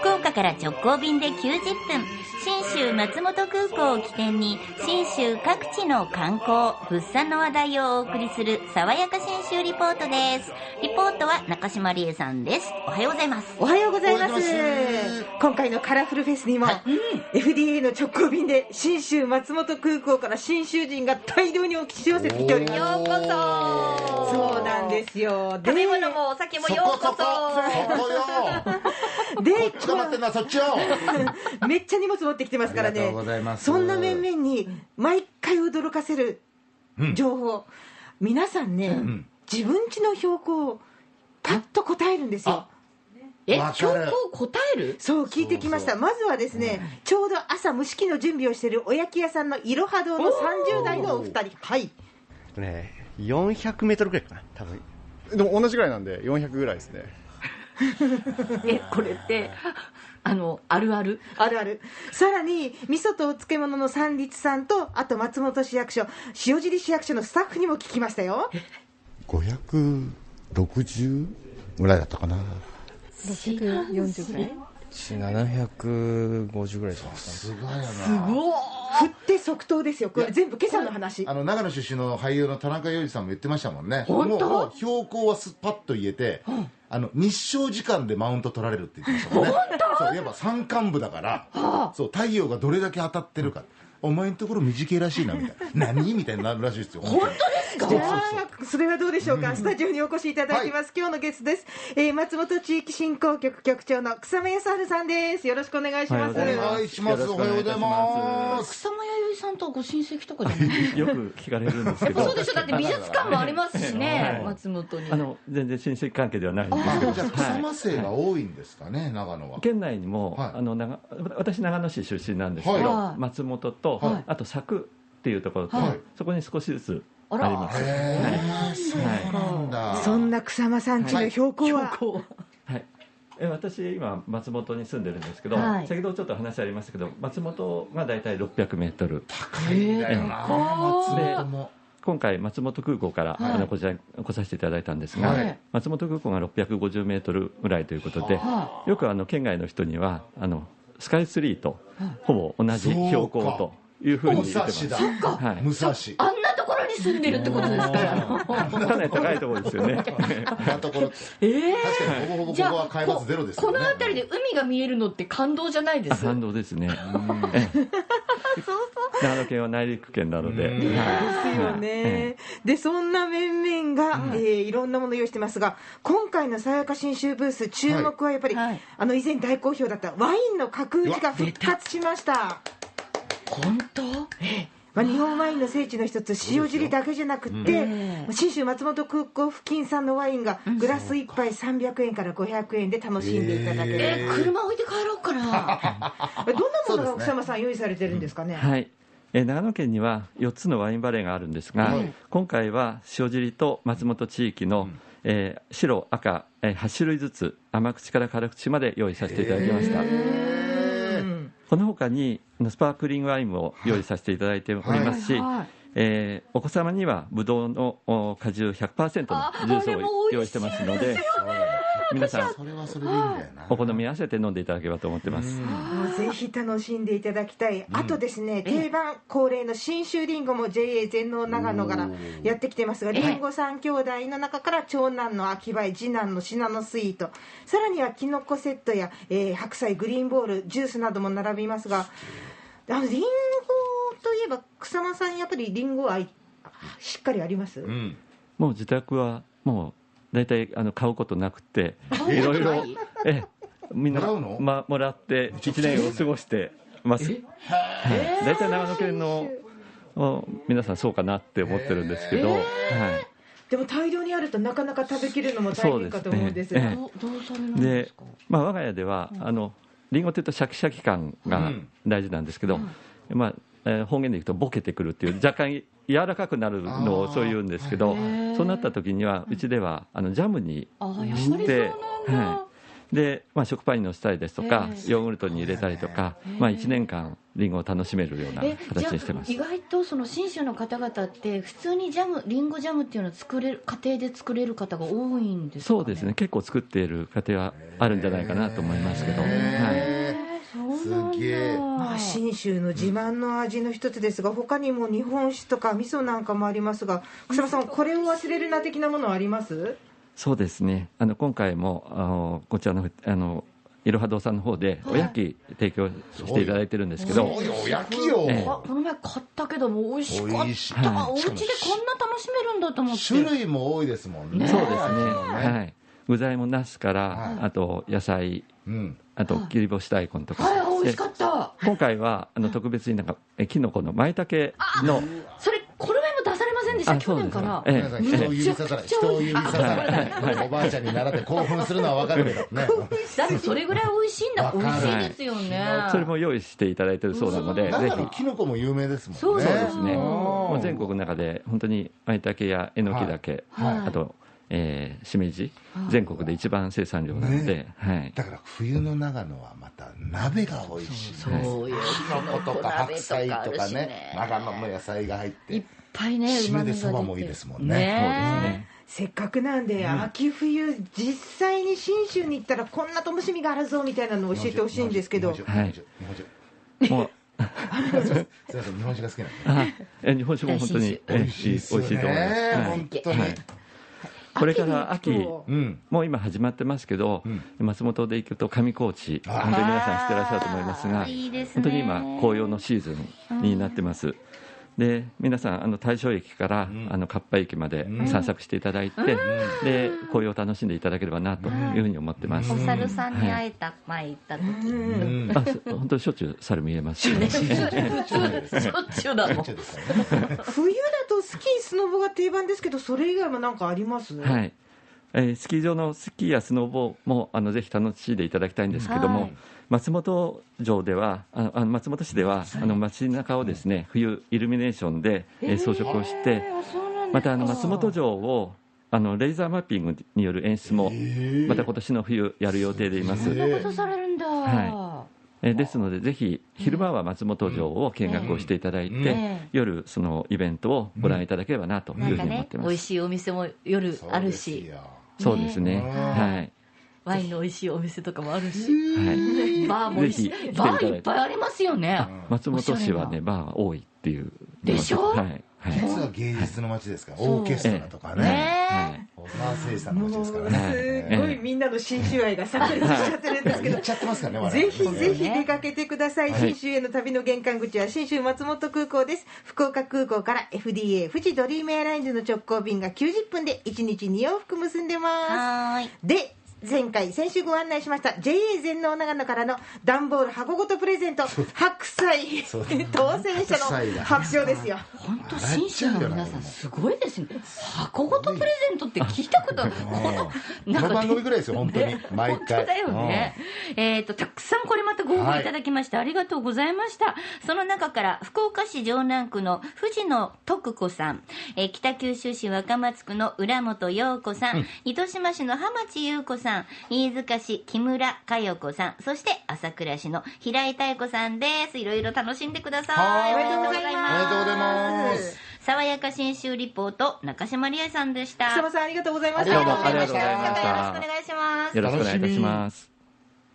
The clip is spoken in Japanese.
福岡から直行便で90分、新州松本空港を起点に、新州各地の観光、物産の話題をお送りする、爽やか新州リポートです。リポートは中島理恵さんです。おはようございます。おはようございますおはようございます今回のカラフルフェスにも、FDA の直行便で信州松本空港から信州人が大量に押し寄せてきておりますようこそそうなんですよ食べ物もお酒もそよこうそここそそこよでこっちが待ってんのはそっちよめっちゃ荷物持ってきてますからねありがとうございますそんな面々に毎回驚かせる情報、皆さんね、ん自分家の標高をパッと答えるんですよあえわかる標高答えるそう聞いてきましたそうまずはですね、ちょうど朝蒸し器の準備をしているおやき屋さんのいろは堂の30代のお二人はいね、400メートルぐらいかな、多分でも同じぐらいなんで400ぐらいですねえこれってあのあるあるあるあるさらに味噌とお漬物の三立さんとあと松本市役所塩尻市役所のスタッフにも聞きましたよ560ぐらいだったかな640ぐらい750ぐらいじゃないですすごいよな振って即答ですよこれ全部今朝の話あの長野出身の俳優の田中裕二さんも言ってましたもんね本当もうもう標高はすパッと言えて、あの日照時間でマウント取られるって言ってましたもんねそういえば山間部だから、そう太陽がどれだけ当たってるか、お前のところ短いらしいなみたいな 何みたいになるらしいですよ本当ですかじゃあそれはどうでしょうかスタジオにお越しいただきます、今日のゲストです、えー松本地域振興局局長の草間康春さんですよろしくお願いします、お願いしますおはようございます草間彌生さんとご親戚とかじゃない よく聞かれるんですけどそうでしょだって美術館もありますしね松本にあの全然親戚関係ではないんですけどじゃあ草間生が多いんですかね長野は県内にも、はいあの長私長野市出身なんですけど、はい松本と、はいあと佐久っていうところと、はいそこに少しずつあありらます、はいへえそうなんだそんな草間さんちの標高は、え私今松本に住んでるんですけど、はい先ほどちょっと話ありましたけど松本が大体6 0 0メートル高いんだよな松本も今回松本空港から、はいあのこちらに来させていただいたんですが、はい松本空港が650メートルぐらいということで、はよくあの県外の人にはあのスカイツリーとほぼ同じ標高というふうに武言っ蔵てます、だはい、武蔵あんなところに住んでるってことですからかなり高いところですよね こんなところええ確かにほぼほぼこじゃあこは開発ゼロですよこねこの辺りで海が見えるのって感動じゃないです感動ですねええ長野県は内陸県なので、うんはですよね。で、そんな面々が、えーいろんなもの用意してますが、今回のさやか新州ブース、注目はやっぱり、はいあの、以前大好評だったワインの角打ちが復活しました。本当まあ、日本ワインの聖地の一つ塩尻だけじゃなくってうん信州松本空港付近産のワインがグラス1杯300円から500円で楽しんでいただける、え車置いて帰ろうかなどんなものがそうですね奥様さん用意されてるんですかね、いはいえー長野県には4つのワインバレーがあるんですが、はい今回は塩尻と松本地域の、えー白赤、えー8種類ずつ甘口から辛口まで用意させていただきました、うんこの他にあのスパークリングワインも用意させていただいておりますし、えーお子様にはブドウのお果汁100%のジュースあれもを美用味意しいしてますのでそうなんだ皆さんそれはそれでいいんだよなお好み合わせて飲んでいただければと思ってますもうぜひ楽しんでいただきたい、あとですね定番恒例の信州りんごも JA 全農長野からやってきてますがりんご三兄弟の中から長男の秋葉え次男の信濃スイートさらにはきのこセットや、えー白菜グリーンボールジュースなども並びますがあのりんごといえば草間さんやっぱりりんご愛しっかりあります、うんもう自宅はもう大体あの買うことなくていろいろええみんなもらうのまもらって1年を過ごしてますはい大体長野県のお皆さんそうかなって思ってるんですけど、はいでも大量にあるとなかなか食べきるのも大変かと思うんですそうですねがええどどうされるんでですか、まあ、我が家では、あのリンゴっていうとシャキシャキ感が大事なんですけど、まあえー方言でいくとボケてくるっていう若干柔らかくなるのあをーそういうんですけどへーそうなった時にはうちではあのジャムにああやっぱりそうして、なんだ、はで、まあ、食パンにのしたりですとか、ええヨーグルトに入れたりとか、ええまあ、1年間りんごを楽しめるようなえじ形ゃにしてまあす意外とその信州の方々って普通にジャムリンゴジャムっていうのを作れる家庭で作れる方が多いんですか、ね、そうですね結構作っている家庭はあるんじゃないかなと思いますけど、はい、へへーそうなんだすげえまあ、信州の自慢の味の一つですが他にも日本酒とか味噌なんかもありますが草間さんこれを忘れるな的なものはありますそうですねあの今回もあのこちらのあのいろは堂さんの方でおやき提供していただいてるんですけーど、そうよおやきよ、ええあこの前買ったけども美味しか美味しっいた、あおはい家でこんな楽しめるんだと思って種類も多いですもんねそうですね、はい、具材もナスから、はいあと野菜うん、あと切り干し大根とか、はい美味でしかった今回はあの特別になんかえキノコの舞茸のそれこの前も出されませんでしたあ去そう年でか、すからえ皆さん人を指ささない人を指ささない、おばあちゃんに習って興奮するのはわかるけど ねだってそれぐらい美味しいんだわ美かる味しいですよねそれも用意していただいてるそうなので、だぜからキノコも有名ですもんねそうそうですひね、うんもう全国の中で本当に舞茸やえのきだけ、はいはいあと、えーしめじはい、全国で一番生産量なので、はい、だから冬の長野はまた鍋が美味しいそうそうよキノコとか白菜とキノコ鍋とかかあるしねね長野の野菜が入っいってぱいね締め旨味が出でてそばもいいですもんねねせっかくなんで、秋冬実際に信州に行ったらこんな楽しみがあるぞみたいなのを教えてほしいんですけど日本酒日本酒日もう本酒すいません日本酒が好きなんであえ日本酒も本当にえ美ー味しいっ美味すよしいと思います。ねはい本当にこれから秋に行くとうんもう今始まってますけど、うん松本で行くと上高地、あー本当に皆さん知ってらっしゃると思いますが、いいですね本当に今、紅葉のシーズンになってます。で皆さんあの大正駅から、んあのかっぱ駅までうん散策していただいて、で紅葉を楽しんでいただければなというふうに思ってます、お猿さんに会えた前行った時うんうんあそ本当にしょっちゅう猿見えますよ、しょっちゅうだもんちょっとですからね冬だとスキースノボが定番ですけどそれ以外も何かあります、はいえースキー場のスキーやスノボもあのぜひ楽しんでいただきたいんですけども、はい松本城ではああの松本市では、あの街中をですね冬イルミネーションで、えー装飾をして、またあの松本城をあのレーザーマッピングによる演出もまた今年の冬やる予定でいます、すげそんえなことされるんだ、はえーですのでぜひ昼間は松本城を見学をしていただいて、うんええ夜そのイベントをご覧いただければなというふうに思ってます、美味しいお店も夜あるそうですしよそうですねねはいワインの美味しいお店とかもあるしはい、バーも美味しいぜひ来ていたバだいてーいっぱいありますよね松本市はおしゃれなねバーが多いっていうでしょはいはい実は芸術の街ですからオーケストラとかねはい小川誠さんもの街うですすからねごいみんなの信州愛が炸裂しちゃってるんですけ言どっちゃってますからね我ぜ々ひぜひね出かけてください、はい信州への旅の玄関口は信州松本空港です福岡空港から FDA 富士ドリームエアラインズの直行便が90分で1日2往復結んでまはーいすで前回先週ご案内しました JA 全農長野からの段ボール箱ごとプレゼン ト白菜当選者白菜のだ白書ですよ本当信州の皆さんすごいですね箱ごとプレゼントって聞いた ことないうんこの番組ぐらいです よ本当に毎本当回だよね、えー、とたくさんこれまたご応募いただきまして、ありがとうございましたその中から福岡市城南区の藤野徳子さん、えー北九州市若松区の浦本陽子さん、糸島市の浜地優子さん飯塚市木村佳代子さんそして朝倉市の平井妙子さんですいろいろ楽しんでくださいはーいおめでとうございますおめでとうございます爽やか新州リポート中島理恵さんでした草間さんありがとうございましたどうもありがとうございまよろしくしたお願いしますよろしくお願いいたします